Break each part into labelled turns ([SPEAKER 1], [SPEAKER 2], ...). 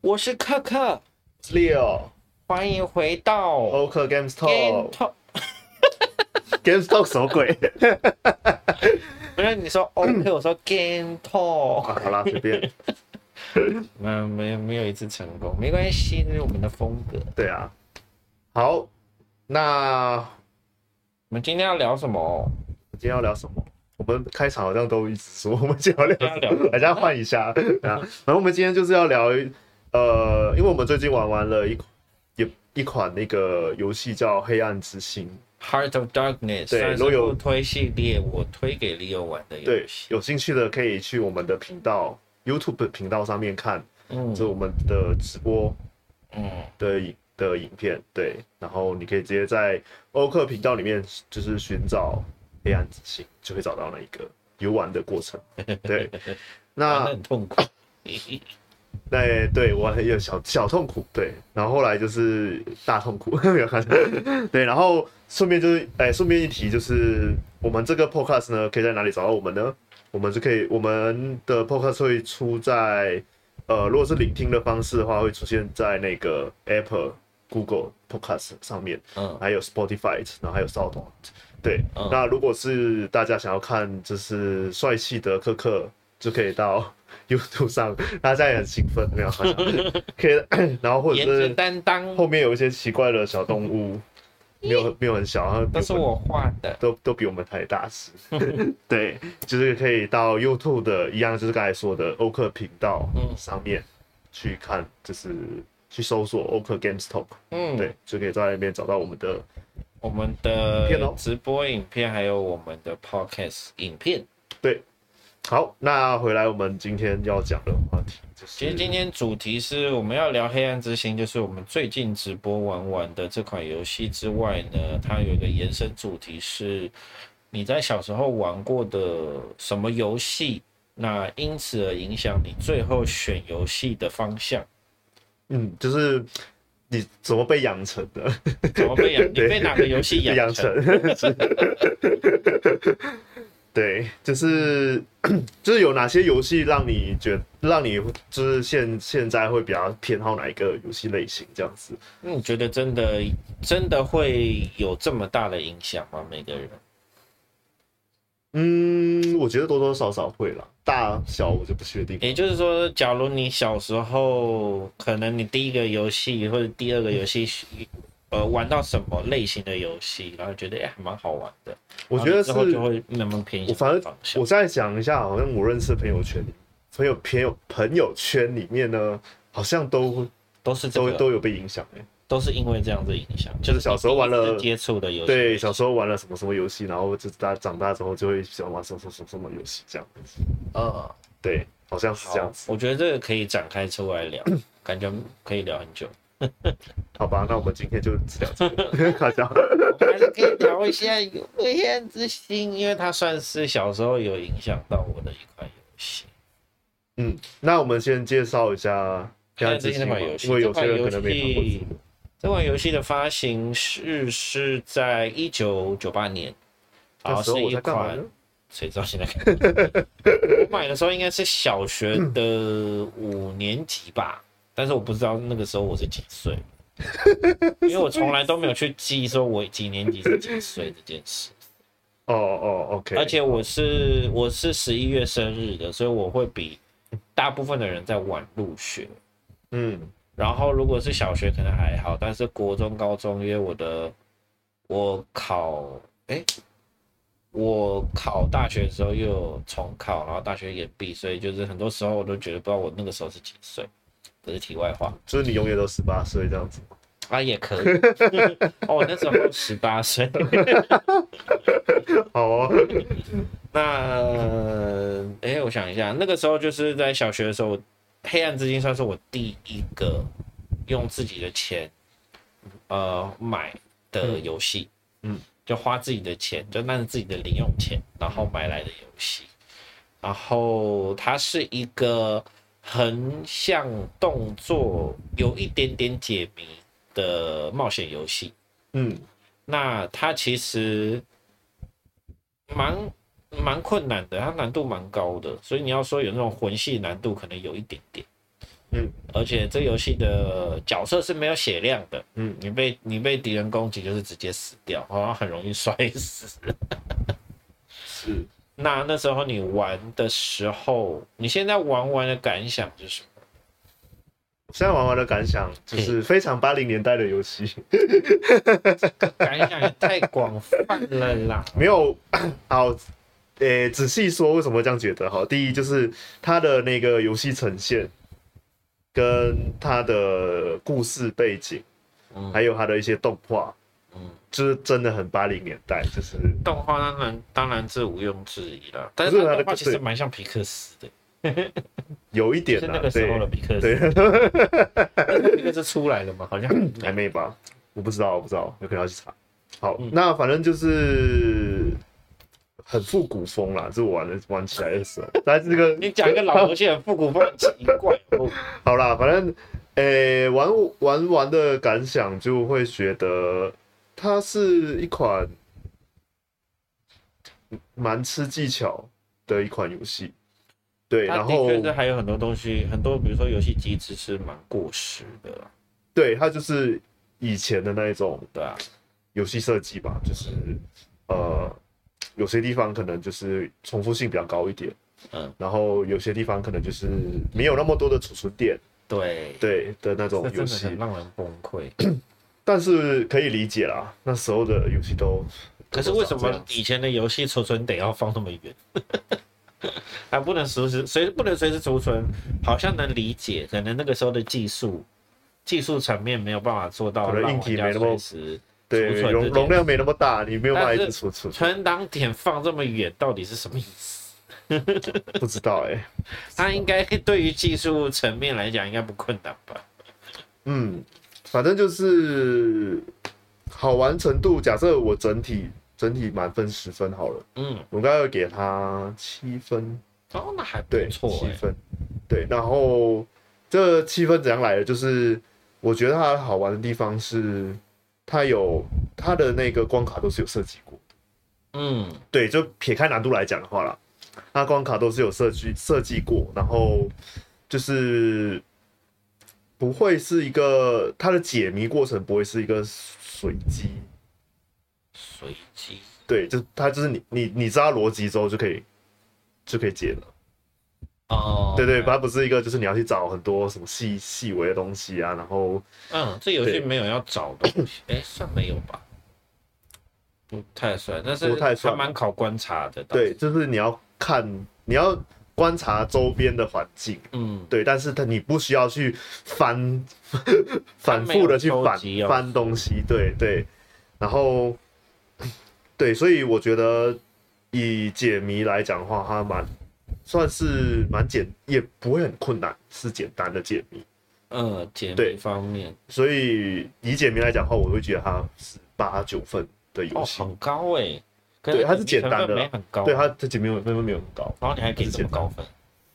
[SPEAKER 1] 我是克克，
[SPEAKER 2] Leo
[SPEAKER 1] 欢迎回到
[SPEAKER 2] OK Games
[SPEAKER 1] Game
[SPEAKER 2] Talk
[SPEAKER 1] Talk。
[SPEAKER 2] Games Talk 什么鬼？
[SPEAKER 1] 不是你说 OK，我说 Game
[SPEAKER 2] 啊
[SPEAKER 1] Talk。
[SPEAKER 2] 好啦，随便。
[SPEAKER 1] 嗯，没有没有一次成功，没关系，这是我们的风格。
[SPEAKER 2] 对啊，好，那
[SPEAKER 1] 我们今天要聊什么？
[SPEAKER 2] 今天要聊什么？我们开场好像都一直说我们今天要聊
[SPEAKER 1] 今
[SPEAKER 2] 什
[SPEAKER 1] 天要聊
[SPEAKER 2] 么，大家换一下啊。反正我们今天就是要聊一，呃，因为我们最近玩完了一款也一款那个游戏叫《黑暗之心》，
[SPEAKER 1] Heart of Darkness，
[SPEAKER 2] 对
[SPEAKER 1] 算是
[SPEAKER 2] 如果有
[SPEAKER 1] 互推系列，我推给 Leo 玩的游
[SPEAKER 2] 对
[SPEAKER 1] 戏，。
[SPEAKER 2] 有兴趣的可以去我们的频道 YouTube 频道上面看，
[SPEAKER 1] 嗯
[SPEAKER 2] 就是我们的直播
[SPEAKER 1] 嗯，
[SPEAKER 2] 的影的影片，对，然后你可以直接在欧克频道里面就是寻找黑暗之心，就会找到那一个游玩的过程。对，
[SPEAKER 1] 玩
[SPEAKER 2] 那
[SPEAKER 1] 得很痛苦。
[SPEAKER 2] 那对我很有小小痛苦，对，然后后来就是大痛苦， 没有看，对，然后顺便就是，哎，顺便一提就是，我们这个 podcast 呢，可以在哪里找到我们呢？我们是可以，我们的 podcast 会出在，呃，如果是聆听的方式的话，会出现在那个 Apple、Google Podcast 上面，
[SPEAKER 1] 嗯
[SPEAKER 2] 还有 Spotify，然后还有 Sound。对，
[SPEAKER 1] 嗯
[SPEAKER 2] 那如果是大家想要看就是帅气的柯克，就可以到 YouTube 上，大家也很兴奋，没有？好像 可以， 然后或者
[SPEAKER 1] 颜值
[SPEAKER 2] 是
[SPEAKER 1] 担当，
[SPEAKER 2] 后面有一些奇怪的小动物，没有没有很小，然后比
[SPEAKER 1] 那是
[SPEAKER 2] 我们
[SPEAKER 1] 我画的。
[SPEAKER 2] 都都比我们还大 只。对，就是可以到 YouTube 的一样，就是刚才说的欧克频道
[SPEAKER 1] 嗯
[SPEAKER 2] 上面去看，就是去搜索欧克 Games Talk，
[SPEAKER 1] 嗯，
[SPEAKER 2] 对，就可以在那边找到我们的。
[SPEAKER 1] 我们
[SPEAKER 2] 影片
[SPEAKER 1] 的
[SPEAKER 2] 哦
[SPEAKER 1] 直播影片，还有我们的 podcast 影片。
[SPEAKER 2] 好，那回来我们今天要讲的话题就是，
[SPEAKER 1] 其实今天主题是我们要聊《黑暗之心》，就是我们最近直播玩玩的这款游戏之外呢，它有一个延伸主题是你在小时候玩过的什么游戏，那因此而影响你最后选游戏的方 向。
[SPEAKER 2] 嗯，就是你怎么被养成的？
[SPEAKER 1] 怎么被养？啊你被哪个游戏 养
[SPEAKER 2] 养
[SPEAKER 1] 成？
[SPEAKER 2] 成？对，就是 就是有哪些游戏让你觉让你就是现现在会比较偏好哪一个游戏类型这样子？
[SPEAKER 1] 嗯你觉得真的真的会有这么大的影响吗？每个人？
[SPEAKER 2] 嗯，我觉得多多少少会啦，大小我就不确定。
[SPEAKER 1] 也就是说，假如你小时候可能你第一个游戏或者第二个游戏，呃，玩到什么类型的游戏，然后觉得哎、还蛮好玩的，
[SPEAKER 2] 我觉得
[SPEAKER 1] 然
[SPEAKER 2] 是
[SPEAKER 1] 后你之后就会慢慢偏向
[SPEAKER 2] 我反
[SPEAKER 1] 这
[SPEAKER 2] 而
[SPEAKER 1] 个方向。
[SPEAKER 2] 我再想一下，好像我认识的朋友圈里，朋友朋友朋友圈里面呢，好像都
[SPEAKER 1] 都是这
[SPEAKER 2] 都
[SPEAKER 1] 个，都
[SPEAKER 2] 都有被影响、欸、
[SPEAKER 1] 是因为这样子影响，
[SPEAKER 2] 就是小时候玩
[SPEAKER 1] 第
[SPEAKER 2] 了
[SPEAKER 1] 一次接触的游戏，
[SPEAKER 2] 对，小时候玩了什么什么游戏，然后就大家长大之后就会喜欢玩什么什么什么什么游戏这样。
[SPEAKER 1] 呃，
[SPEAKER 2] 对，好像是这样
[SPEAKER 1] 好
[SPEAKER 2] 子。，
[SPEAKER 1] 我觉得这个可以展开出来 聊，感觉可以聊很久。
[SPEAKER 2] 好吧，那我们今天就只聊这 个，好像
[SPEAKER 1] 我们还是可以聊一下《黑暗之心》，因为它算是小时候有影响到我的一款游戏。
[SPEAKER 2] 嗯，那我们先介绍一下《黑暗
[SPEAKER 1] 这
[SPEAKER 2] 之心》
[SPEAKER 1] 款
[SPEAKER 2] 吧
[SPEAKER 1] 游戏，
[SPEAKER 2] 因为
[SPEAKER 1] 这
[SPEAKER 2] 有
[SPEAKER 1] 款
[SPEAKER 2] 些人
[SPEAKER 1] 游
[SPEAKER 2] 可能没看过。
[SPEAKER 1] 戏，这款游戏的发行日是在一九九八年，然后
[SPEAKER 2] 那
[SPEAKER 1] 是
[SPEAKER 2] 时候我
[SPEAKER 1] 一
[SPEAKER 2] 在干嘛
[SPEAKER 1] 款
[SPEAKER 2] 呢？
[SPEAKER 1] 谁知道现在看？我买的时候应该是小学的五年级吧，但是我不知道那个时候我是几岁，因为我从来都没有去记说我几年级是几岁这件 事。
[SPEAKER 2] 哦哦，OK。
[SPEAKER 1] 而且我是我是十一月生日的，所以我会比大部分的人在晚入学。
[SPEAKER 2] 嗯，
[SPEAKER 1] 然后如果是小学可能还好，但是国中、高中，因为我的我考哎、我考大学的时候又有重考，然后大学延毕，所以就是很多时候我都觉得不知道我那个时候是几岁。这是题外话
[SPEAKER 2] 就是你永远都十八岁这样子。
[SPEAKER 1] 啊，也可 以哦。那时候十八岁，
[SPEAKER 2] 好哦，
[SPEAKER 1] 那哎、我想一下，那个时候就是在小学的时候，《黑暗之心》算是我第一个用自己的钱呃买的游戏，
[SPEAKER 2] 嗯，
[SPEAKER 1] 就花自己的钱，就那是自己的零用钱，然后买来的游戏。然后它是一个横向动作，有一点点解谜的冒险游戏。
[SPEAKER 2] 嗯，
[SPEAKER 1] 那它其实蛮蛮困难的，它难度蛮高的，所以你要说有那种魂系难度，可能有一点点。
[SPEAKER 2] 嗯，
[SPEAKER 1] 而且这游戏的角色是没有血量的，
[SPEAKER 2] 嗯，
[SPEAKER 1] 你被你被敌人攻击就是直接死掉，好像很容易摔死。
[SPEAKER 2] 是
[SPEAKER 1] 那那时候你玩的时候，你现在玩完的感想是什么？
[SPEAKER 2] 现在玩完的感想就是非常八零年代的游戏，
[SPEAKER 1] 感想也太广泛了啦。
[SPEAKER 2] 没有 好，呃、仔细说为什么会这样觉得哈。第一就是它的那个游戏呈现，跟它的故事背景，
[SPEAKER 1] 嗯
[SPEAKER 2] 还有它的一些动画，
[SPEAKER 1] 嗯，
[SPEAKER 2] 就是真的很八零年代，就是
[SPEAKER 1] 动画当然当然是毋庸置疑啦，但
[SPEAKER 2] 不
[SPEAKER 1] 是
[SPEAKER 2] 是
[SPEAKER 1] 它
[SPEAKER 2] 啊它
[SPEAKER 1] 动
[SPEAKER 2] 的
[SPEAKER 1] 画其实蛮像皮克斯的，
[SPEAKER 2] 有一点
[SPEAKER 1] 是
[SPEAKER 2] 啊
[SPEAKER 1] 那，个时候的
[SPEAKER 2] 对
[SPEAKER 1] 皮克斯。
[SPEAKER 2] 对，
[SPEAKER 1] 皮克斯出来了嘛？ 好像
[SPEAKER 2] 还没吧？我不知道，我不知道，有可能要去查。好，
[SPEAKER 1] 嗯
[SPEAKER 2] 那反正就是很复古风啦，这我玩的玩起来的时候，但是这个
[SPEAKER 1] 你讲一个老游戏很复古风，很奇怪。哦
[SPEAKER 2] 好啦，反正诶、玩玩完的感想就会觉得它是一款蛮吃技巧的一款游戏。对，
[SPEAKER 1] 它
[SPEAKER 2] 然
[SPEAKER 1] 的
[SPEAKER 2] 后
[SPEAKER 1] 确是还有很多东西，很多比如说游戏机制是蛮过时的啦，
[SPEAKER 2] 对它就是以前的那一种
[SPEAKER 1] 对啊，
[SPEAKER 2] 游戏设计吧，就是呃，有些地方可能就是重复性比较高一点，
[SPEAKER 1] 嗯，
[SPEAKER 2] 然后有些地方可能就是没有那么多的储存点，
[SPEAKER 1] 对，
[SPEAKER 2] 对的那
[SPEAKER 1] 这
[SPEAKER 2] 种
[SPEAKER 1] 真
[SPEAKER 2] 游
[SPEAKER 1] 的
[SPEAKER 2] 戏
[SPEAKER 1] 很，让人崩溃。
[SPEAKER 2] 但是可以理解啦，那时候的游戏都。
[SPEAKER 1] 可是为什
[SPEAKER 2] 都长这
[SPEAKER 1] 么
[SPEAKER 2] 样
[SPEAKER 1] 以前的游戏储存得要放那么远？ 还不能随时随不能随时储存，好像能理解，可能那个时候的技术技术层面没有办法做到
[SPEAKER 2] 可能
[SPEAKER 1] 让
[SPEAKER 2] 硬
[SPEAKER 1] 玩
[SPEAKER 2] 体
[SPEAKER 1] 家
[SPEAKER 2] 没那
[SPEAKER 1] 随
[SPEAKER 2] 么
[SPEAKER 1] 时储
[SPEAKER 2] 对
[SPEAKER 1] 存
[SPEAKER 2] 容
[SPEAKER 1] 这件
[SPEAKER 2] 容量没那么大，你没有办法
[SPEAKER 1] 但
[SPEAKER 2] 一
[SPEAKER 1] 是
[SPEAKER 2] 直储存，
[SPEAKER 1] 存档点放这么远，到底是什么意思？
[SPEAKER 2] 不知道哎、
[SPEAKER 1] 它应该对于技术层面来讲应该不困难吧？
[SPEAKER 2] 嗯，反正就是好玩程度，假设我整体整体满分十分好了，
[SPEAKER 1] 嗯，
[SPEAKER 2] 我刚刚给他七分，
[SPEAKER 1] 哦，那还不
[SPEAKER 2] 对，
[SPEAKER 1] 错
[SPEAKER 2] 七
[SPEAKER 1] 哎、
[SPEAKER 2] 分，对，然后这七分怎样来的？就是我觉得它好玩的地方是，它有它的那个关卡都是有设计过，
[SPEAKER 1] 嗯，
[SPEAKER 2] 对，就撇开难度来讲的话啦，它关卡都是有设计设计过，然后就是不会是一个它的解谜过程不会是一个随机，
[SPEAKER 1] 随机
[SPEAKER 2] 对，就它就是你你你知道逻辑之后就可以就可以解了。
[SPEAKER 1] 哦，
[SPEAKER 2] 对对，它不是一个，就是你要去找很多什么细细微的东西啊，然后
[SPEAKER 1] 嗯，这游戏
[SPEAKER 2] 对
[SPEAKER 1] 没有要找东西，哎，算没有吧，不太算，但是
[SPEAKER 2] 不太
[SPEAKER 1] 还
[SPEAKER 2] 算
[SPEAKER 1] 蛮考观察的。倒是
[SPEAKER 2] 对，，就是你要看，你要观察周边的环境，
[SPEAKER 1] 嗯，
[SPEAKER 2] 对，但是它你不需要去翻，反复的去
[SPEAKER 1] 它
[SPEAKER 2] 翻
[SPEAKER 1] 没有收集哦
[SPEAKER 2] 翻东西，对对，然后对，所以我觉得以解谜来讲的话，它蛮算是蛮简，也不会很困难，是简单的解谜，
[SPEAKER 1] 嗯，解谜
[SPEAKER 2] 对
[SPEAKER 1] 方面，
[SPEAKER 2] 所以以解谜来讲的话，我会觉得它是八九分的游
[SPEAKER 1] 哦，
[SPEAKER 2] 戏。
[SPEAKER 1] 很高哎，可
[SPEAKER 2] 对它是
[SPEAKER 1] 解谜
[SPEAKER 2] 简单
[SPEAKER 1] 成分
[SPEAKER 2] 的
[SPEAKER 1] 没很高，啊
[SPEAKER 2] 对，它的解谜分分没有很高，
[SPEAKER 1] 然后你还给这么高分，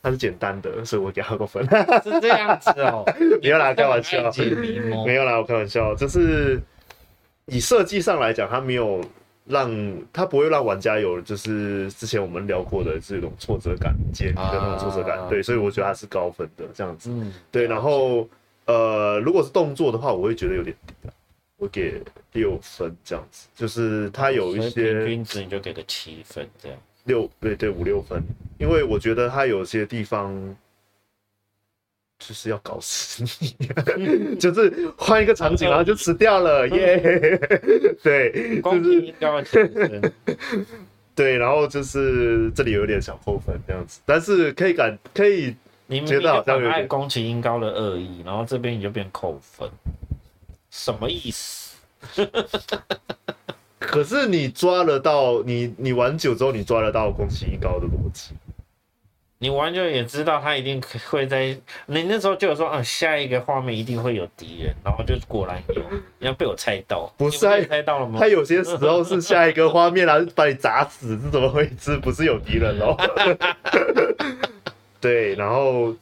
[SPEAKER 2] 它是简单的，所以我给它个分。
[SPEAKER 1] 是这样子哦，
[SPEAKER 2] 没有啦，开玩
[SPEAKER 1] 你不
[SPEAKER 2] 笑，
[SPEAKER 1] 是很爱解谜吗
[SPEAKER 2] 没？有啦，我开玩笑，就是以设计上来讲，它没有让它不会让玩家有就是之前我们聊过的这种挫折感，解谜的那种挫折感，
[SPEAKER 1] 啊
[SPEAKER 2] 对，所以我觉得它是高分的这样子。
[SPEAKER 1] 嗯，
[SPEAKER 2] 对，然后呃，如果是动作的话，我会觉得有点低啊，我给六分这样子，就是它有一
[SPEAKER 1] 哦所以平
[SPEAKER 2] 些
[SPEAKER 1] 均值你就给个七分这 样，
[SPEAKER 2] 六对对五六分，因为我觉得它有些地方就是要搞死你，啊 就是换一个场景然后就死掉了耶，对，就
[SPEAKER 1] 公
[SPEAKER 2] 是
[SPEAKER 1] 平应该要提 升，
[SPEAKER 2] 对，然后就是这里有点小扣分这样子，但是可以感可以
[SPEAKER 1] 你明
[SPEAKER 2] 觉
[SPEAKER 1] 明
[SPEAKER 2] 得好
[SPEAKER 1] 就
[SPEAKER 2] 像有
[SPEAKER 1] 妨碍
[SPEAKER 2] 点
[SPEAKER 1] 宫崎英高的恶意，然后这边你就变扣分，什么意思？
[SPEAKER 2] 可是你抓得到你你玩久之后你抓得到宫崎英高的逻辑，
[SPEAKER 1] 你完全也知道他一定会在，你那时候就有说，嗯，下一个画面一定会有敌人，然后就果然有，你要被我猜到，
[SPEAKER 2] 不
[SPEAKER 1] 你
[SPEAKER 2] 是
[SPEAKER 1] 被
[SPEAKER 2] 还
[SPEAKER 1] 猜到了吗
[SPEAKER 2] 他？有些时候是下一个画面啦，把你砸死是怎么回事？不是有敌人哦。 对，然后，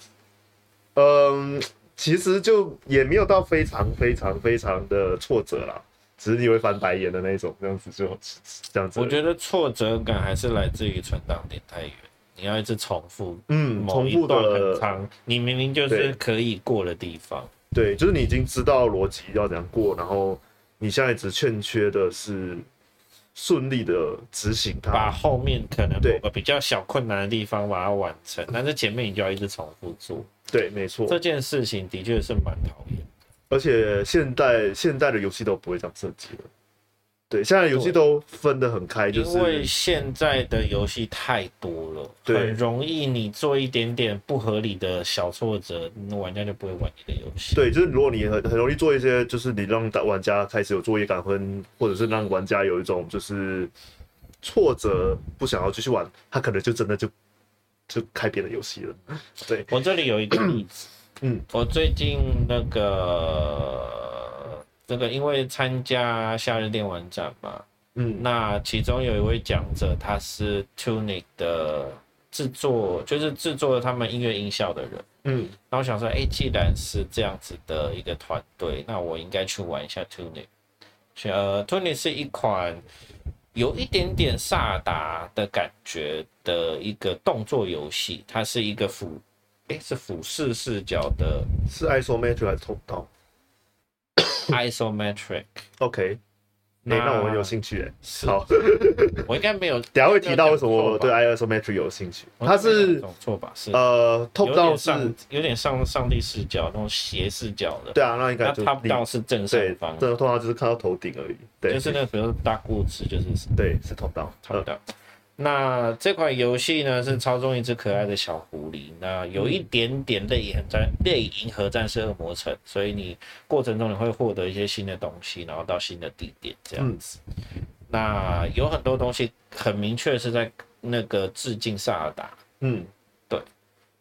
[SPEAKER 2] 嗯，其实就也没有到非常非常非常的挫折啦，只是你会翻白眼的那一种，这样子就这样子。
[SPEAKER 1] 我觉得挫折感还是来自于存档点太远，你要一直重复
[SPEAKER 2] 嗯，
[SPEAKER 1] 某
[SPEAKER 2] 重
[SPEAKER 1] 一
[SPEAKER 2] 复
[SPEAKER 1] 段
[SPEAKER 2] 的
[SPEAKER 1] 很长，你明明就是
[SPEAKER 2] 对
[SPEAKER 1] 可以过的地方。
[SPEAKER 2] 对，就是你已经知道逻辑要怎样过，然后你现在只欠缺的是顺利的执行
[SPEAKER 1] 把
[SPEAKER 2] 它。
[SPEAKER 1] 后面可能
[SPEAKER 2] 对
[SPEAKER 1] 某个比较小困难的地方把它完成，但是前面你就要一直重复做
[SPEAKER 2] 对，没错。
[SPEAKER 1] 这件事情，的确是蛮讨厌。
[SPEAKER 2] 而且现代现代的游戏都不会这样设计了。对，现在的游戏
[SPEAKER 1] 对
[SPEAKER 2] 都分得很开，就
[SPEAKER 1] 因为
[SPEAKER 2] 是
[SPEAKER 1] 现在的游戏太多了，
[SPEAKER 2] 对
[SPEAKER 1] 很容易你做一点点不合理的小挫折，那玩家就不会玩你的游戏。
[SPEAKER 2] 对，就是如果你很很容易做一些，就是你让玩家开始有作业感或或者是让玩家有一种就是挫折，不想要继续玩，他可能就真的就就开别的游戏了。
[SPEAKER 1] 我这里有一个例子，
[SPEAKER 2] 嗯，
[SPEAKER 1] 我最近那个那个因为参加夏日电玩展嘛，
[SPEAKER 2] 嗯，
[SPEAKER 1] 那其中有一位讲者，他是 Tunic 的制作，就是制作他们音乐音效的人。
[SPEAKER 2] 嗯
[SPEAKER 1] 那我想说，哎、既然是这样子的一个团队，那我应该去玩一下 Tunic。去呃，Tunic 是一款有一点点萨达的感觉的一个动作游戏，它是一个俯，哎、是俯视视角的
[SPEAKER 2] 是 isometric 还是头刀
[SPEAKER 1] isometric。
[SPEAKER 2] ？OK，哎、那我很有兴趣哎、好，
[SPEAKER 1] 我应该没有，
[SPEAKER 2] 等一下会提到为什么我
[SPEAKER 1] 我
[SPEAKER 2] 对 isometric 有兴趣。
[SPEAKER 1] 我应
[SPEAKER 2] 它
[SPEAKER 1] 该没有
[SPEAKER 2] 是
[SPEAKER 1] 讲错吧？是
[SPEAKER 2] 呃，top
[SPEAKER 1] 有点
[SPEAKER 2] down 是
[SPEAKER 1] 上有点上上帝视角那种斜视角的，
[SPEAKER 2] 对啊，那应
[SPEAKER 1] 那
[SPEAKER 2] 该就
[SPEAKER 1] top
[SPEAKER 2] 你
[SPEAKER 1] down 是正上
[SPEAKER 2] 对，
[SPEAKER 1] 方，
[SPEAKER 2] 这个通常就是看到头顶而已。对，
[SPEAKER 1] 就是那个比如说大故事就是
[SPEAKER 2] 对是头刀。
[SPEAKER 1] top
[SPEAKER 2] 呃
[SPEAKER 1] down。那这款游戏呢是操纵一只可爱的小狐狸，那有一点点类银战类银河战士恶魔城，所以你过程中你会获得一些新的东西，然后到新的地点这
[SPEAKER 2] 嗯
[SPEAKER 1] 样子。那有很多东西很明确是在那个致敬萨尔达，
[SPEAKER 2] 嗯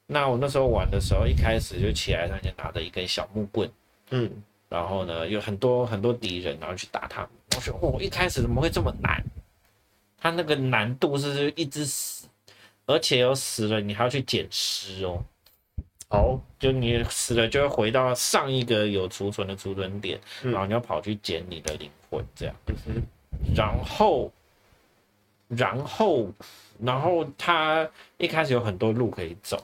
[SPEAKER 1] 那我那时候玩的时候，一开始就起来，他就拿着一根小木棍，
[SPEAKER 2] 嗯，
[SPEAKER 1] 然后呢有很多很多敌人，然后去打他们。我说哦，一开始怎么会这么难？他那个难度是一直死，而且有死了你还要去捡尸哦，
[SPEAKER 2] 好，
[SPEAKER 1] 就你死了就会回到上一个有储存的储存点，
[SPEAKER 2] 嗯
[SPEAKER 1] 然后你要跑去捡你的灵魂这样。
[SPEAKER 2] 嗯哼
[SPEAKER 1] 然后，然后，然后他一开始有很多路可以走。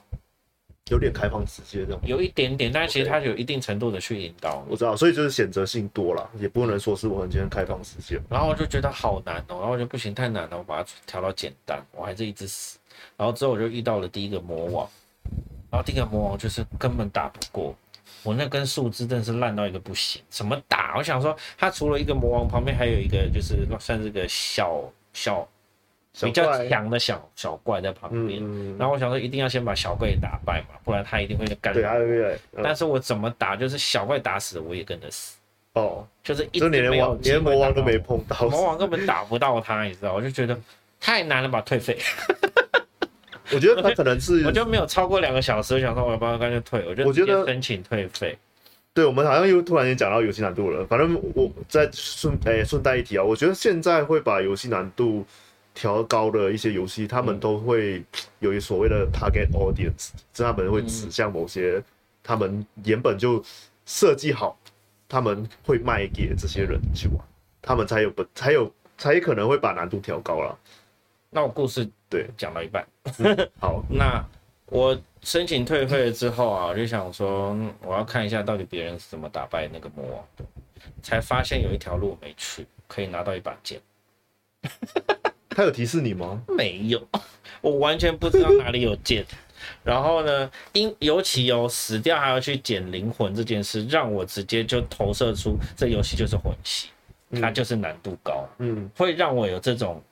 [SPEAKER 2] 有点开放直接这种，
[SPEAKER 1] 有一点点，但其实它有一定程度的去引导你。
[SPEAKER 2] 我知道，所以就是选择性多了，也不能说是我很今天开放直接。
[SPEAKER 1] 然后我就觉得好难哦，然后我就不行，太难了，我把它调到简单，我还是一直死。然后之后我就遇到了第一个魔王，然后第一个魔王就是根本打不过，我那根树枝真的是烂到一个不行，怎么打？我想说，它除了一个魔王，旁边还有一个就是算是个小小
[SPEAKER 2] 小
[SPEAKER 1] 比较
[SPEAKER 2] 怪
[SPEAKER 1] 强的小小怪在旁边。
[SPEAKER 2] 嗯嗯，
[SPEAKER 1] 然后我想说，一定要先把小怪给打败嘛，不然他一定会干
[SPEAKER 2] 对，
[SPEAKER 1] 扰。
[SPEAKER 2] 还有一个嗯
[SPEAKER 1] 但是我怎么打，就是小怪打死我也跟着死。
[SPEAKER 2] 哦，
[SPEAKER 1] 就是一
[SPEAKER 2] 就
[SPEAKER 1] 直没
[SPEAKER 2] 你连
[SPEAKER 1] 有
[SPEAKER 2] 王
[SPEAKER 1] 机会
[SPEAKER 2] 连魔王
[SPEAKER 1] 打
[SPEAKER 2] 都
[SPEAKER 1] 到
[SPEAKER 2] 没，碰到，
[SPEAKER 1] 魔王根本打不到他，你知道？我就觉得太难了吧，退费，
[SPEAKER 2] 我觉得他可能 是
[SPEAKER 1] 我就没有超过两个小时，我想说我要不要干脆退，我就
[SPEAKER 2] 我
[SPEAKER 1] 直
[SPEAKER 2] 觉
[SPEAKER 1] 接
[SPEAKER 2] 得
[SPEAKER 1] 申请退费。
[SPEAKER 2] 对，我们好像又突然间讲到游戏难度了。反正我再顺诶顺带一提啊，我觉得现在会把游戏难度调高的一些游戏，他
[SPEAKER 1] 嗯
[SPEAKER 2] 们都会有一所谓的 target audience，就是他们会指
[SPEAKER 1] 嗯
[SPEAKER 2] 向某些他们原本就设计好，他们会卖给这些人去玩，他们才有本才有才可能会把难度调高了。
[SPEAKER 1] 那我故事
[SPEAKER 2] 对
[SPEAKER 1] 讲到一半，
[SPEAKER 2] 好，
[SPEAKER 1] 那我申请退费了之后啊，我就想说嗯我要看一下到底别人是怎么打败那个魔王的，才发现有一条路我没去，可以拿到一把剑，
[SPEAKER 2] 他有提示你吗？
[SPEAKER 1] 没有， 我完全不知道哪里有剑。 然后呢，因尤其有死掉还要去捡灵魂这件事，让我直接就投射出这游戏就是魂系，它就是难度高，
[SPEAKER 2] 嗯，
[SPEAKER 1] 会让我有这种，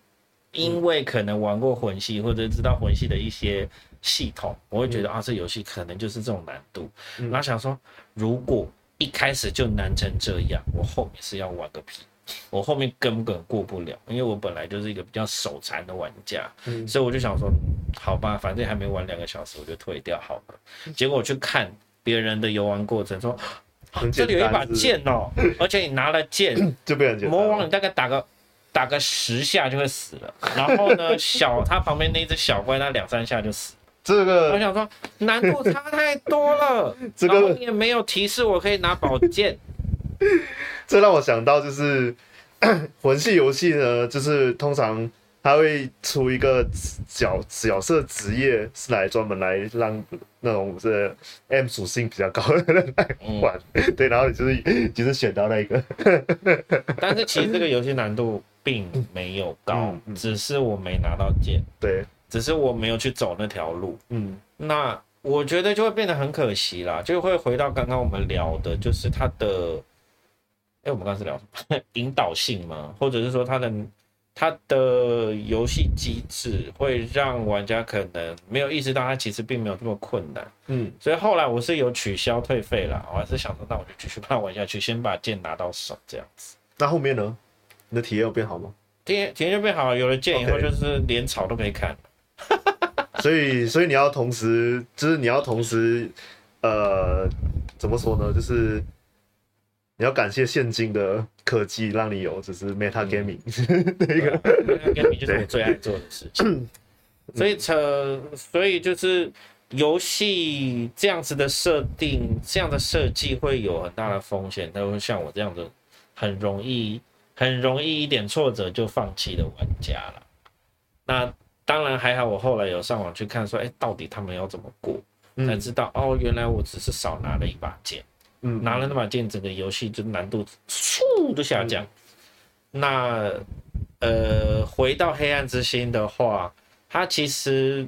[SPEAKER 1] 因为可能玩过魂系或者知道魂系的一些系统，我会觉得、
[SPEAKER 2] 嗯
[SPEAKER 1] 啊，这游戏可能就是这种难度。然后想说，如果一开始就难成这样，我后面是要玩个屁。我后面根本过不了，因为我本来就是一个比较手残的玩家，
[SPEAKER 2] 嗯
[SPEAKER 1] 所以我就想说，嗯好吧，反正还没玩两个小时，我就退掉好了。结果我去看别人的游玩过程，说
[SPEAKER 2] 嗯很
[SPEAKER 1] 这
[SPEAKER 2] 简
[SPEAKER 1] 里有一
[SPEAKER 2] 单
[SPEAKER 1] 把
[SPEAKER 2] 是不是
[SPEAKER 1] 剑哦，而且你拿了剑，
[SPEAKER 2] 就嗯被人简单
[SPEAKER 1] 魔
[SPEAKER 2] 了
[SPEAKER 1] 王你大概打个打个十下就会死了，然后 呢，小他旁边那只小怪，他两三下就死了。
[SPEAKER 2] 这
[SPEAKER 1] 我
[SPEAKER 2] 个
[SPEAKER 1] 想说难度差太多了，
[SPEAKER 2] 呃这个
[SPEAKER 1] 然后你也没有提示我可以拿宝 剑，
[SPEAKER 2] 这让我想到就是魂系游戏呢，就是通常他会出一个角角色职业是来专门来让那种这 M 属性比较高的人来玩，对，然后你就是就是选到那个，
[SPEAKER 1] 但是其实这个游戏难度并没有高
[SPEAKER 2] 嗯，嗯
[SPEAKER 1] 只是我没拿到剑，
[SPEAKER 2] 对，
[SPEAKER 1] 只是我没有去走那条路。
[SPEAKER 2] 嗯
[SPEAKER 1] 那我觉得就会变得很可惜啦，就会回到刚刚我们聊的，就是它的，哎、我们刚才聊什么引导性嘛，或者是说它的它的游戏机制会让玩家可能没有意识到它其实并没有这么困难，
[SPEAKER 2] 嗯
[SPEAKER 1] 所以后来我是有取消退费啦，我还是想说那我就继续把它玩下去，先把剑拿到手这样。
[SPEAKER 2] 那后面呢？你的体验有变好吗？
[SPEAKER 1] 体验体验就变好了，有了剑以后
[SPEAKER 2] OK
[SPEAKER 1] 就是连草都可以砍。
[SPEAKER 2] 所以，所以你要同时，就是你要同时，呃，怎么说呢？就是你要感谢现今的科技，让你有就是 Meta Gaming，、
[SPEAKER 1] 啊那个嗯 gaming 就是我最爱做的事情。所以扯，所以就是游戏这样子的设定，这样的设计会有很大的风险，它会像我这样的很容易、很容易一点挫折就放弃的玩家了。那当然还好，我后来有上网去看说，哎、到底他们要怎么过，才
[SPEAKER 2] 嗯
[SPEAKER 1] 知道哦，原来我只是少拿了一把剑。
[SPEAKER 2] 嗯，
[SPEAKER 1] 拿了那把剑，整个游戏就难度嗖就下降。
[SPEAKER 2] 嗯
[SPEAKER 1] 那呃，回到黑暗之心的话，它其实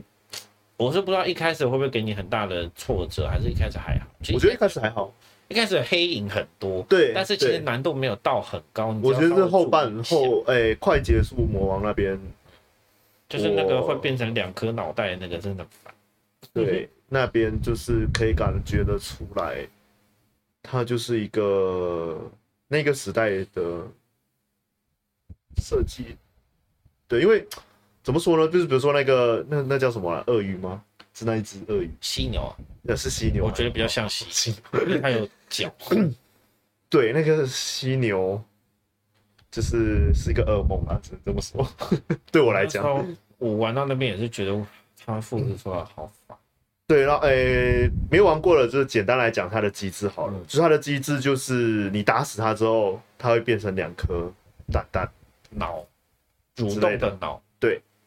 [SPEAKER 1] 我是不知道一开始会不会给你很大的挫折，还是一开始还好。其
[SPEAKER 2] 我
[SPEAKER 1] 实
[SPEAKER 2] 觉得一开始还好，
[SPEAKER 1] 一开始黑影很多，
[SPEAKER 2] 对
[SPEAKER 1] 但是其实
[SPEAKER 2] 对
[SPEAKER 1] 难度没有到很高。你只
[SPEAKER 2] 我
[SPEAKER 1] 要
[SPEAKER 2] 觉得
[SPEAKER 1] 稍微
[SPEAKER 2] 是
[SPEAKER 1] 注意
[SPEAKER 2] 后半
[SPEAKER 1] 一下
[SPEAKER 2] 后，哎、快结束魔王那边，
[SPEAKER 1] 就是那个
[SPEAKER 2] 我
[SPEAKER 1] 会变成两颗脑袋的那个，真的很烦。嗯
[SPEAKER 2] 对，那边就是可以感觉得出来，它就是一个那个时代的设计。对，因为怎么说呢？就是比如说那个那那叫什么啊、鳄鱼吗？是那一只鳄鱼？
[SPEAKER 1] 犀牛啊，
[SPEAKER 2] 呃，是犀牛啊。啊
[SPEAKER 1] 我觉得比较像犀牛，因为它有脚。
[SPEAKER 2] 对，那个犀牛就是是一个噩梦啊，只能这么说。 对我来讲，，
[SPEAKER 1] 我玩到那边也是觉得他复制出来好烦。
[SPEAKER 2] 对，然后诶，没玩过了，就是简单来讲它的机制好了，
[SPEAKER 1] 嗯
[SPEAKER 2] 就是它的机制就是你打死它之后，它会变成两颗蛋蛋，
[SPEAKER 1] 脑，蠕
[SPEAKER 2] 之
[SPEAKER 1] 动
[SPEAKER 2] 类
[SPEAKER 1] 的脑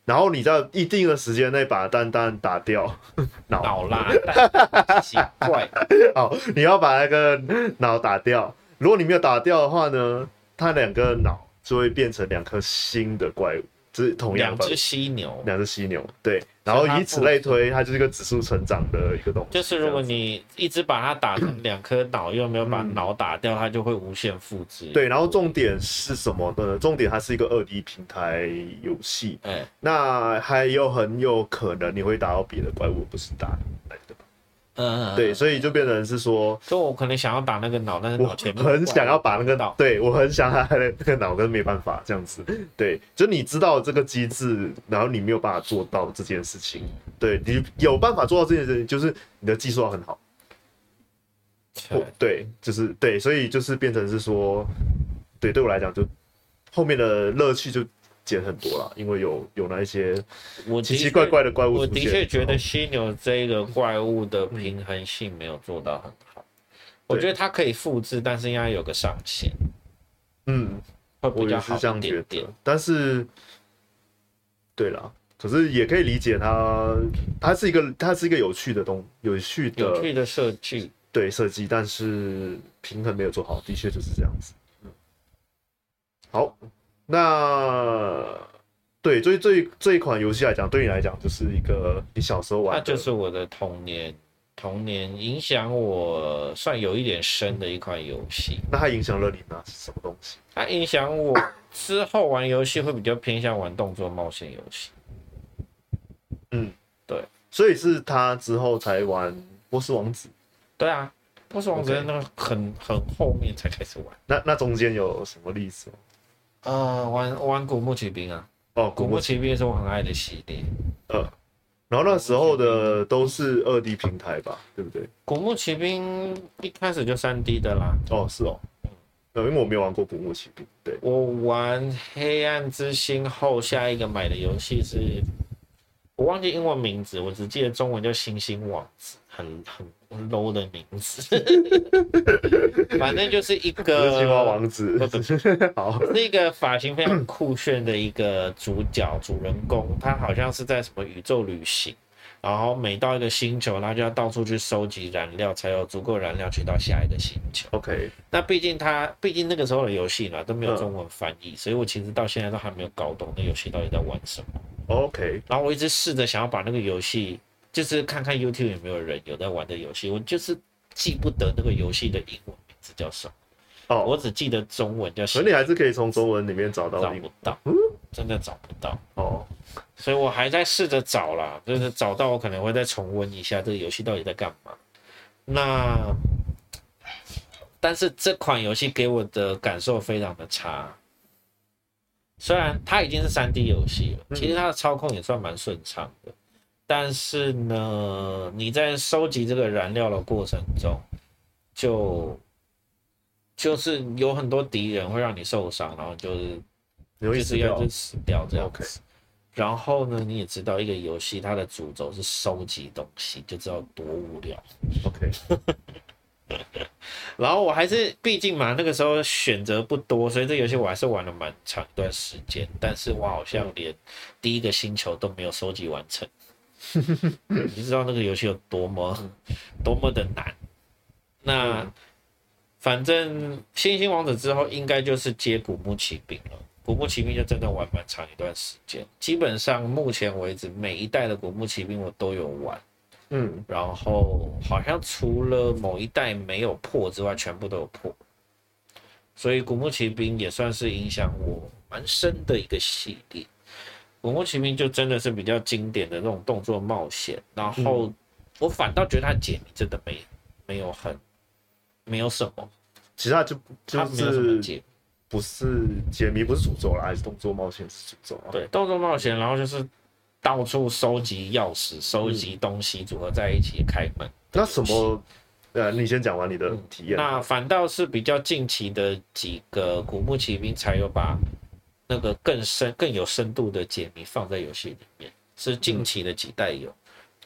[SPEAKER 2] 然后你在一定的时间内把蛋蛋打掉， 脑，
[SPEAKER 1] 脑拉蛋，奇怪，
[SPEAKER 2] 好，你要把那个脑打掉。如果你没有打掉的话呢，它两个脑就会变成两颗新的怪物，就是同样
[SPEAKER 1] 两
[SPEAKER 2] 的
[SPEAKER 1] 只犀牛。
[SPEAKER 2] 两只犀牛，对，然后
[SPEAKER 1] 所以它
[SPEAKER 2] 以此
[SPEAKER 1] 不
[SPEAKER 2] 类推，它就是一个指数成长的一个东西。
[SPEAKER 1] 就是如果你一直把它打成两颗脑，又没有把
[SPEAKER 2] 嗯
[SPEAKER 1] 脑打掉，它就会无限复制。
[SPEAKER 2] 对，然后重点是什么呢？重点它是一个二 D 平台游戏，
[SPEAKER 1] 哎，
[SPEAKER 2] 那还有很有可能你会打到别的怪物，不是打你来的。
[SPEAKER 1] 嗯，嗯
[SPEAKER 2] 对，，所以就变成是说，
[SPEAKER 1] 就我可能想要打那个脑，但是
[SPEAKER 2] 我
[SPEAKER 1] 脑前面
[SPEAKER 2] 很想要把那个
[SPEAKER 1] 脑，
[SPEAKER 2] 对我很想他的那个脑根没办法这样子。对，就你知道这个机制，然后你没有办法做到这件事情。对你有办法做到这件事情，就是你的技术要很好。
[SPEAKER 1] 对
[SPEAKER 2] 我对，就是对，所以就是变成是说，对，对我来讲，就后面的乐趣就减很多了，因为有有那一些
[SPEAKER 1] 我
[SPEAKER 2] 奇
[SPEAKER 1] 的
[SPEAKER 2] 奇
[SPEAKER 1] 确
[SPEAKER 2] 怪怪的怪物
[SPEAKER 1] 我
[SPEAKER 2] 出
[SPEAKER 1] 的
[SPEAKER 2] 现嗯
[SPEAKER 1] 确觉得犀牛这个怪物的平衡性没有做到很好。我
[SPEAKER 2] 嗯对
[SPEAKER 1] 觉得它可以复制，但是应该有个上限，
[SPEAKER 2] 嗯，
[SPEAKER 1] 会比
[SPEAKER 2] 我也
[SPEAKER 1] 较
[SPEAKER 2] 是
[SPEAKER 1] 好
[SPEAKER 2] 这样
[SPEAKER 1] 一
[SPEAKER 2] 觉
[SPEAKER 1] 点
[SPEAKER 2] 得
[SPEAKER 1] 点。。
[SPEAKER 2] 但是，对啦，可是也可以理解它，它是一个它是一个有趣的东有趣的
[SPEAKER 1] 有趣的设计，
[SPEAKER 2] 对设计，但是平衡没有做好，的确就是这样子。嗯好，那对对这这一款游戏来讲，对你来讲就是一个你小时候玩
[SPEAKER 1] 那
[SPEAKER 2] 的，
[SPEAKER 1] 就是我的童年，童年影响我算有一点深的一款游戏。
[SPEAKER 2] 那它影响了你呢？是什么东西？
[SPEAKER 1] 它影响我之后玩游戏会比较偏向玩动作冒险游戏。
[SPEAKER 2] 所以是他之后才玩波斯王子，
[SPEAKER 1] 对啊，波斯王子那个很很后面才开始玩。
[SPEAKER 2] 那那中间有什么例子吗？
[SPEAKER 1] 呃，玩我玩古墓奇兵啊，
[SPEAKER 2] 哦，
[SPEAKER 1] 古
[SPEAKER 2] 古
[SPEAKER 1] 墓
[SPEAKER 2] 墓
[SPEAKER 1] 奇兵是我很爱的系列。
[SPEAKER 2] 呃，然后那时候的都是二 D 平台吧，对不对？
[SPEAKER 1] 古墓奇兵一开始就三 D 的啦，
[SPEAKER 2] 哦，是哦，
[SPEAKER 1] 嗯
[SPEAKER 2] 呃，因为我没有玩过古墓奇兵，对，
[SPEAKER 1] 我玩《黑暗之心》后，下一个买的游戏是，我忘记英文名字，我只记得中 文叫《星星王子》，很很 low 的名字。反正就是一
[SPEAKER 2] 我
[SPEAKER 1] 个
[SPEAKER 2] 是青蛙王子
[SPEAKER 1] 不不，
[SPEAKER 2] 好，
[SPEAKER 1] 是一个发型非常酷炫的一个主角主人公，他好像是在什么宇宙旅行，然后每到一个星球，他就要到处去收集燃料，才有足够燃料去到下一个星球。
[SPEAKER 2] OK，
[SPEAKER 1] 那毕竟他毕竟那个时候的游戏嘛都没
[SPEAKER 2] 嗯
[SPEAKER 1] 有中文翻译，所以我其实到现在都还没有搞懂那游戏到底在玩什么。
[SPEAKER 2] OK，
[SPEAKER 1] 然后我一直试着想要把那个游戏，就是看看 YouTube 有没有人有在玩的游戏，我就是记不得那个游戏的英文名字叫什么，
[SPEAKER 2] 哦，
[SPEAKER 1] 我只记得中文叫
[SPEAKER 2] 可
[SPEAKER 1] 什
[SPEAKER 2] 是
[SPEAKER 1] 么
[SPEAKER 2] 你，还是可以从中文里面找到
[SPEAKER 1] 找
[SPEAKER 2] 英文
[SPEAKER 1] 不到，真的找不到，
[SPEAKER 2] 哦，
[SPEAKER 1] 所以我还在试着找啦，就是找到我可能会再重温一下这个游戏到底在干嘛。那，但是这款游戏给我的感受非常的差。虽然它已经是3 D 游戏了，
[SPEAKER 2] 嗯
[SPEAKER 1] 其实它的操控也算蛮顺畅的，但是呢，你在收集这个燃料的过程中，就就是有很多敌人会让你受伤，然后就是
[SPEAKER 2] 你会
[SPEAKER 1] 就
[SPEAKER 2] 死
[SPEAKER 1] 是要
[SPEAKER 2] 掉
[SPEAKER 1] 就。死掉这样
[SPEAKER 2] OK
[SPEAKER 1] 子。然后呢，你也知道一个游戏它的主轴是收集东西，就知道多无聊。
[SPEAKER 2] OK，
[SPEAKER 1] 然后我还是毕竟嘛，那个时候选择不多，所以这游戏我还是玩了蛮长一段时间。但是我好像连第一个星球都没有收集完成，你就知道那个游戏有多么多么的难。那、反正《星星王子》之后，应该就是接《古墓奇兵》了。《古墓奇兵》就真的玩蛮长一段时间，基本上目前为止每一代的《古墓奇兵》我都有玩。
[SPEAKER 2] 嗯，
[SPEAKER 1] 然后好像除了某一代没有破之外，全部都有破。所以《古墓奇兵》也算是影响我蛮深的一个系列。《古墓奇兵》就真的是比较经典的那种动作冒险，然后
[SPEAKER 2] 嗯
[SPEAKER 1] 我反倒觉得它解谜真的没没有很没有什么，
[SPEAKER 2] 其实它就
[SPEAKER 1] 它
[SPEAKER 2] 就
[SPEAKER 1] 没有什么
[SPEAKER 2] 是
[SPEAKER 1] 解
[SPEAKER 2] 不是解谜，不是诅咒啦，还是动作冒险是诅咒啊？
[SPEAKER 1] 对，动作冒险，然后就是到处收集钥匙、收
[SPEAKER 2] 嗯
[SPEAKER 1] 集东西组合在一起开门。
[SPEAKER 2] 那什么，呃，你先讲完你的体验。
[SPEAKER 1] 那反倒是比较近期的几个古墓奇兵才有把那个更深、更有深度的解谜放在游戏里面，是近期的几代有，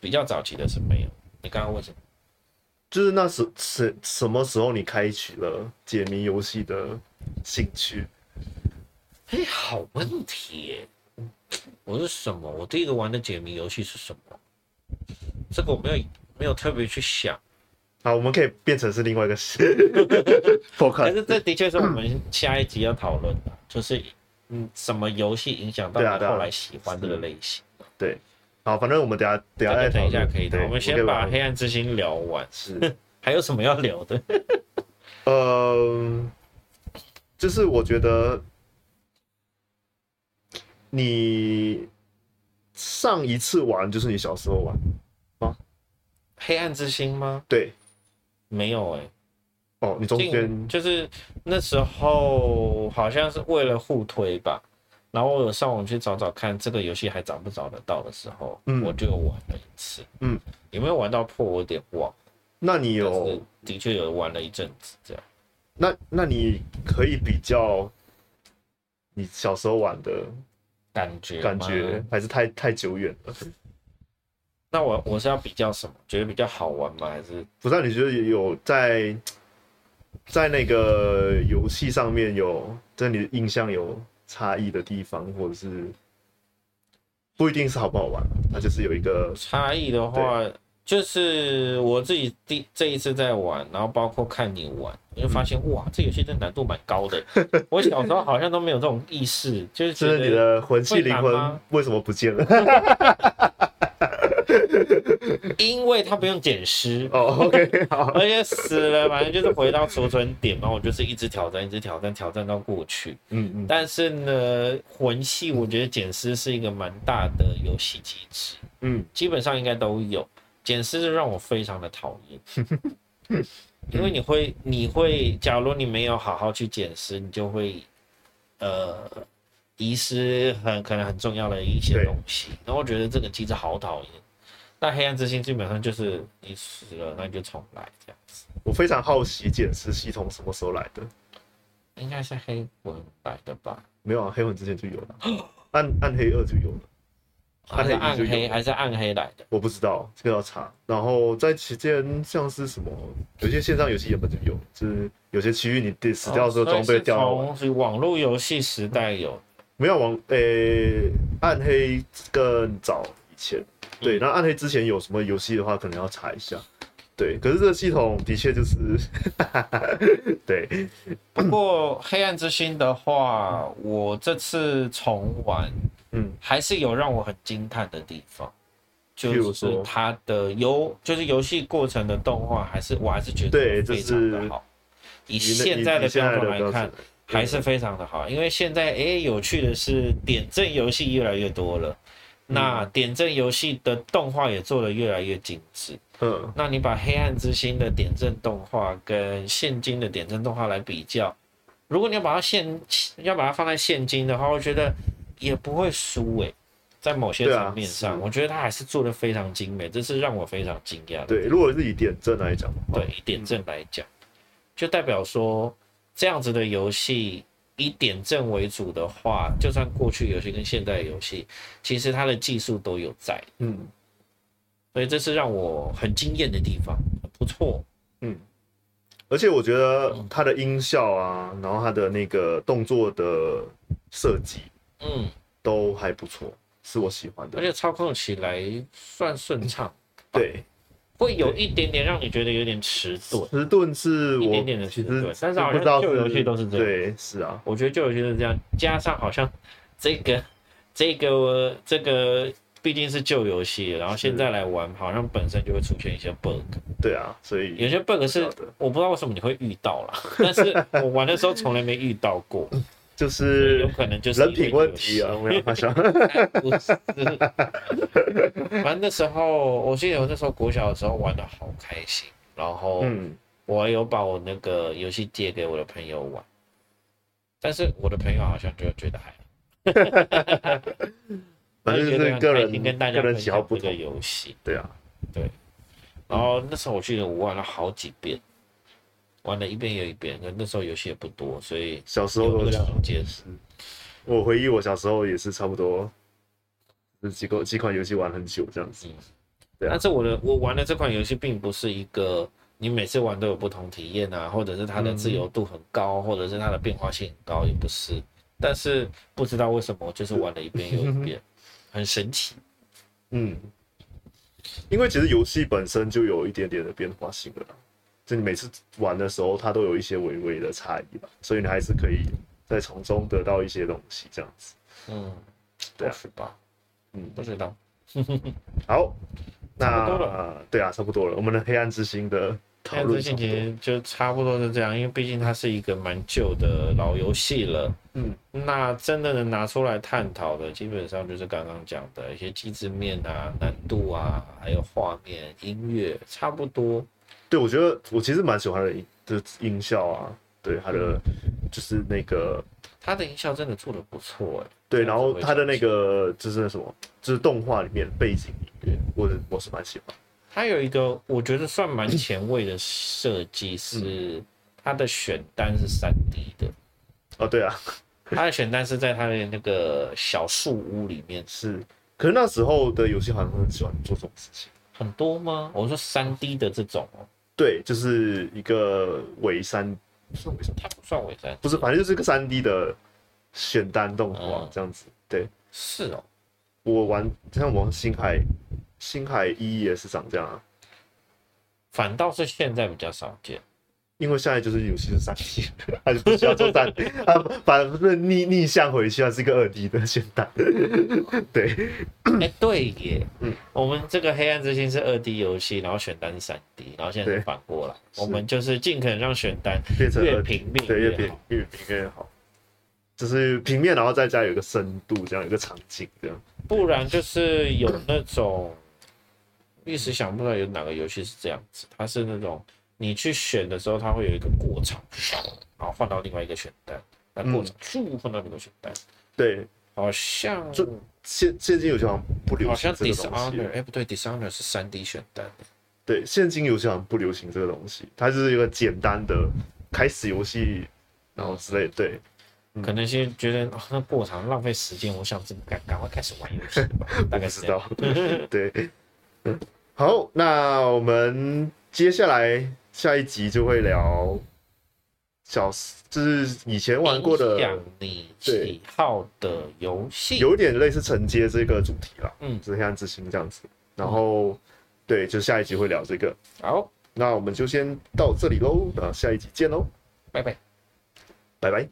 [SPEAKER 1] 比较早期的是没有。你刚刚问什么？
[SPEAKER 2] 就是那时什什么时候你开启了解谜游戏的兴趣？
[SPEAKER 1] 哎，好问题耶！我是什么？我第一个玩的解谜游戏是什么？这个我没有没有特别去想。
[SPEAKER 2] 好，我们可以变成是另 外一个
[SPEAKER 1] 可
[SPEAKER 2] focus。
[SPEAKER 1] 是这的确是我
[SPEAKER 2] 嗯
[SPEAKER 1] 们下一集要讨论的，就是嗯，什么游戏影响到
[SPEAKER 2] 对啊
[SPEAKER 1] 你
[SPEAKER 2] 对啊
[SPEAKER 1] 后来喜欢这个类型？
[SPEAKER 2] 好，反正我们等下等下
[SPEAKER 1] 这个
[SPEAKER 2] 再
[SPEAKER 1] 等
[SPEAKER 2] 讨
[SPEAKER 1] 一下
[SPEAKER 2] 论。
[SPEAKER 1] 可以的，
[SPEAKER 2] 对
[SPEAKER 1] 我们先把《
[SPEAKER 2] 可以
[SPEAKER 1] 黑暗之心》聊完，
[SPEAKER 2] 是
[SPEAKER 1] 还有什么要聊的？
[SPEAKER 2] 呃，就是我觉得你上一次玩就是你小时候玩，
[SPEAKER 1] 黑暗之心吗？
[SPEAKER 2] 对
[SPEAKER 1] 没有哎、
[SPEAKER 2] 哦，你中
[SPEAKER 1] 进
[SPEAKER 2] 间
[SPEAKER 1] 就是那时候好像是为了互推吧，然后我有上网去找找看这个游戏还找不找得到的时候，
[SPEAKER 2] 嗯
[SPEAKER 1] 我就有玩了一次，
[SPEAKER 2] 嗯，
[SPEAKER 1] 有没有玩到破我有点忘，
[SPEAKER 2] 那你
[SPEAKER 1] 但
[SPEAKER 2] 有
[SPEAKER 1] 是的确有玩了一阵子这样。
[SPEAKER 2] 那那你可以比较你小时候玩的
[SPEAKER 1] 感觉
[SPEAKER 2] 感
[SPEAKER 1] 吗
[SPEAKER 2] 觉，还是太太久远了。
[SPEAKER 1] 那我我是要比较什么？觉得比较好玩吗？还是
[SPEAKER 2] 不知道你觉得有在在那个游戏上面有在你的印象有差异的地方，或者是不一定是好不好玩，它就是有一个
[SPEAKER 1] 差异的话，就是我自己第这一次在玩，然后包括看你玩，我就发现、
[SPEAKER 2] 嗯
[SPEAKER 1] 哇，这游戏真的难度蛮高 的。我小时候好像都没有这种意识，就是觉
[SPEAKER 2] 就是你
[SPEAKER 1] 得
[SPEAKER 2] 的魂系灵
[SPEAKER 1] 会
[SPEAKER 2] 魂
[SPEAKER 1] 难吗
[SPEAKER 2] 为什么不见了？
[SPEAKER 1] 因为它不用捡尸，
[SPEAKER 2] 哦，OK，好，
[SPEAKER 1] 而且死了反正就是回到储存点嘛，我就是一直挑战，一直挑战，挑战到过去。
[SPEAKER 2] 嗯嗯，
[SPEAKER 1] 但是呢，魂系我觉得捡尸是一个蛮大的游戏机制，
[SPEAKER 2] 嗯，
[SPEAKER 1] 基本上应该都有。捡尸是让我非常的讨 厌，因为你会，你会，假如你没有好好去捡尸，你就会，呃，遗失很可能很重要的一些
[SPEAKER 2] 对
[SPEAKER 1] 东西。然后我觉得这个机制好讨厌。那黑暗之心基本上就是你死了，那你就重来这样子。
[SPEAKER 2] 我非常好奇捡尸系统什么时候来的？
[SPEAKER 1] 应该是黑魂来的吧？
[SPEAKER 2] 没有啊，黑魂之前就有了，暗暗黑二就有了，
[SPEAKER 1] 还是暗
[SPEAKER 2] 暗黑就有
[SPEAKER 1] 黑还是暗黑来的？
[SPEAKER 2] 我不知道这个要查。然后在期间像是什么，有些线上游戏原本就有，就是有些区域你 dis 死掉的时候装备掉到
[SPEAKER 1] 哦所以是从网络游戏时代有，
[SPEAKER 2] 没有往诶、暗黑更早以前，对，
[SPEAKER 1] 嗯
[SPEAKER 2] 那暗黑之前有什么游戏的话，可能要查一下。对，可是这个系统的确就是， 对，
[SPEAKER 1] 不过黑暗之心的话，我这次重玩
[SPEAKER 2] 嗯，
[SPEAKER 1] 还是有让我很惊叹的地方，
[SPEAKER 2] 譬如
[SPEAKER 1] 就
[SPEAKER 2] 说
[SPEAKER 1] 是它的游，就是游戏过程的动画，还是我还是觉
[SPEAKER 2] 对
[SPEAKER 1] 得
[SPEAKER 2] 这
[SPEAKER 1] 非常的
[SPEAKER 2] 是
[SPEAKER 1] 好。以
[SPEAKER 2] 以那
[SPEAKER 1] 现在的
[SPEAKER 2] 以现
[SPEAKER 1] 标
[SPEAKER 2] 在
[SPEAKER 1] 准
[SPEAKER 2] 的标
[SPEAKER 1] 来看
[SPEAKER 2] 准，，
[SPEAKER 1] 还是非常的好，因为现在诶，有趣的是点阵游戏越来越多了，那
[SPEAKER 2] 嗯
[SPEAKER 1] 点阵游戏的动画也做得越来越精致。
[SPEAKER 2] 嗯，
[SPEAKER 1] 那你把《黑暗之心》的点阵动画跟现今的点阵动画来比较，如果你要把它现要把它放在现今的话，我觉得也不会输诶、欸在某些
[SPEAKER 2] 对啊
[SPEAKER 1] 层面上，
[SPEAKER 2] 是
[SPEAKER 1] 我觉得它还是做得非常精美，这是让我非常惊讶的。
[SPEAKER 2] 对，如果是以点阵来讲的话，
[SPEAKER 1] 对，以点阵来讲，就代表说这样子的游戏以点阵为主的话，就算过去游戏跟现在游戏，其实它的技术都有在，
[SPEAKER 2] 嗯
[SPEAKER 1] 所以这是让我很惊艳的地方，不错。
[SPEAKER 2] 嗯，而且我觉得它的音效啊，然后它的那个动作的设计
[SPEAKER 1] 嗯，
[SPEAKER 2] 都还不错，是我喜欢
[SPEAKER 1] 而
[SPEAKER 2] 的。
[SPEAKER 1] 且操控起来算顺畅，
[SPEAKER 2] 对，
[SPEAKER 1] 会有一点点让你觉得有点迟钝。
[SPEAKER 2] 迟钝是
[SPEAKER 1] 一
[SPEAKER 2] 我
[SPEAKER 1] 点点的迟
[SPEAKER 2] 其
[SPEAKER 1] 钝
[SPEAKER 2] 实
[SPEAKER 1] 但是好像
[SPEAKER 2] 不知道
[SPEAKER 1] 旧游戏都是这样
[SPEAKER 2] 对，是啊，
[SPEAKER 1] 我觉得就有些是这样，加上好像这个 这个这个毕竟是旧游戏，然后现在来玩，好像本身就会出现一些 bug，
[SPEAKER 2] 对啊，所以
[SPEAKER 1] 有些 bug 是
[SPEAKER 2] 不晓得
[SPEAKER 1] 我不知道为什么你会遇到啦， 但是我玩的时候从来没遇到过，
[SPEAKER 2] 就
[SPEAKER 1] 有
[SPEAKER 2] 是
[SPEAKER 1] 可能就是
[SPEAKER 2] 人品问题啊，
[SPEAKER 1] 因
[SPEAKER 2] 我
[SPEAKER 1] 为
[SPEAKER 2] 没有发现。
[SPEAKER 1] 不是， 反正那时候我记得我那时候国小的时候玩的好开心，然后
[SPEAKER 2] 嗯，
[SPEAKER 1] 我有把我那个游戏借给我的朋友玩，但是我的朋友好像就觉得还好，
[SPEAKER 2] 反
[SPEAKER 1] 他
[SPEAKER 2] 正就
[SPEAKER 1] 觉得
[SPEAKER 2] 是
[SPEAKER 1] 很
[SPEAKER 2] 个
[SPEAKER 1] 开
[SPEAKER 2] 人
[SPEAKER 1] 心跟大家
[SPEAKER 2] 个人
[SPEAKER 1] 分
[SPEAKER 2] 喜好
[SPEAKER 1] 享
[SPEAKER 2] 不
[SPEAKER 1] 这个
[SPEAKER 2] 同，
[SPEAKER 1] 游戏。
[SPEAKER 2] 对啊，
[SPEAKER 1] 然后那时候我记得我玩了好几遍，玩了一遍又一遍，可能那时候游戏也不多，所以
[SPEAKER 2] 小时候
[SPEAKER 1] 有
[SPEAKER 2] 都
[SPEAKER 1] 热量解释。
[SPEAKER 2] 我回忆我小时候也是差不多，就是几个几款游戏玩很久这样子。对啊
[SPEAKER 1] 但是我的我玩的这款游戏并不是一个你每次玩都有不同体验啊，或者是它的自由度很高，或者是它的变化性很高，也不是。但是不知道为什么，我就是玩了一遍又一 遍，很神奇。
[SPEAKER 2] 嗯，因为其实游戏本身就有一点点的变化性了啦，就你每次玩的时候，它都有一些微微的差异吧，所以你还是可以在从中得到一些东西这样子。
[SPEAKER 1] 嗯，
[SPEAKER 2] 对啊
[SPEAKER 1] 或许吧，
[SPEAKER 2] 嗯，
[SPEAKER 1] 不知道。
[SPEAKER 2] 好，
[SPEAKER 1] 差不多
[SPEAKER 2] 那对啊，差不多了，我们的黑暗之星的讨
[SPEAKER 1] 但最
[SPEAKER 2] 论差
[SPEAKER 1] 近
[SPEAKER 2] 不
[SPEAKER 1] 其
[SPEAKER 2] 多。
[SPEAKER 1] 实就差不多是这样，因为毕竟它是一个蛮旧的老游戏了。
[SPEAKER 2] 嗯，
[SPEAKER 1] 那真的能拿出来探讨的，基本上就是刚刚讲的一些机制面啊、难度啊，还有画面、音乐，差不多。
[SPEAKER 2] 对，我觉得我其实蛮喜欢它的音的音效啊，对它的
[SPEAKER 1] 嗯
[SPEAKER 2] 就是那个
[SPEAKER 1] 它的音效真的做的不错哎、
[SPEAKER 2] 对，
[SPEAKER 1] 这样
[SPEAKER 2] 然
[SPEAKER 1] 子
[SPEAKER 2] 后
[SPEAKER 1] 会
[SPEAKER 2] 它的那
[SPEAKER 1] 想起
[SPEAKER 2] 个就是那什么，就是动画里面的背景音乐，我我是蛮喜欢。
[SPEAKER 1] 它有一个我觉得算蛮前卫的设计，是它的选单是三 D 的，
[SPEAKER 2] 哦，对啊，
[SPEAKER 1] 它的选单是在它的那个小树屋里面，
[SPEAKER 2] 是，可是那时候的游戏好像很喜欢做这种事情。
[SPEAKER 1] 很多吗？我说三 D 的这种哦，
[SPEAKER 2] 对，就是一个伪三，是伪三，
[SPEAKER 1] 它不算伪三，
[SPEAKER 2] 不是，反正就是个三 D 的选单动画
[SPEAKER 1] 嗯
[SPEAKER 2] 这样子。对
[SPEAKER 1] 是哦，
[SPEAKER 2] 我玩，像我玩星海，星海一也是长这样啊，
[SPEAKER 1] 反倒是现在比较少 见。
[SPEAKER 2] 因为现在就是游戏是三 D，它就不需要做三 D，它反正逆逆向回去，它是一个二 D 的选单。对，
[SPEAKER 1] 哎、对耶，
[SPEAKER 2] 嗯
[SPEAKER 1] 我们这个黑暗之心是二 D 游戏，然后选单是三 D，然后现在是
[SPEAKER 2] 对
[SPEAKER 1] 反过来，
[SPEAKER 2] 是
[SPEAKER 1] 我们就是尽可能让选单
[SPEAKER 2] 变成
[SPEAKER 1] 越
[SPEAKER 2] 二 D。
[SPEAKER 1] 平面
[SPEAKER 2] 对，越
[SPEAKER 1] 越
[SPEAKER 2] 平
[SPEAKER 1] 好。
[SPEAKER 2] 越平越好，就是平面，然后再加有一个深度，这样有一个场景，这样。
[SPEAKER 1] 不然就是有那种，一时想不到有哪个游戏是这样子，它是那种你去选的时候，它会有一个过场，然后换到另外一个选单，那过场咻换到另一个选单，
[SPEAKER 2] 对，
[SPEAKER 1] 好像
[SPEAKER 2] 嗯就现现今游戏好像不流
[SPEAKER 1] 好像
[SPEAKER 2] 行这个东西
[SPEAKER 1] Dishonor，哎、。不对，Dishonor 是三 D 选单，
[SPEAKER 2] 对，现今游戏好像不流行这个东西，它就是一个简单的开始游戏，然后之类的。对，
[SPEAKER 1] 可能先觉得、哦、那过场浪费时间，我想这么赶，赶快开始玩游戏 吧，大概是
[SPEAKER 2] 知
[SPEAKER 1] 这样。
[SPEAKER 2] 道。 对，嗯好，那我们接下来下一集就会聊小，就是以前玩过
[SPEAKER 1] 影
[SPEAKER 2] 的
[SPEAKER 1] 响，你
[SPEAKER 2] 对
[SPEAKER 1] 喜好的游戏，
[SPEAKER 2] 有点类似承接这个主题啦，
[SPEAKER 1] 嗯
[SPEAKER 2] 就是黑暗之心这样子。然后，对，就下一集会聊这个。
[SPEAKER 1] 好，
[SPEAKER 2] 那我们就先到这里喽，那下一集见喽，
[SPEAKER 1] 拜拜。
[SPEAKER 2] 拜拜。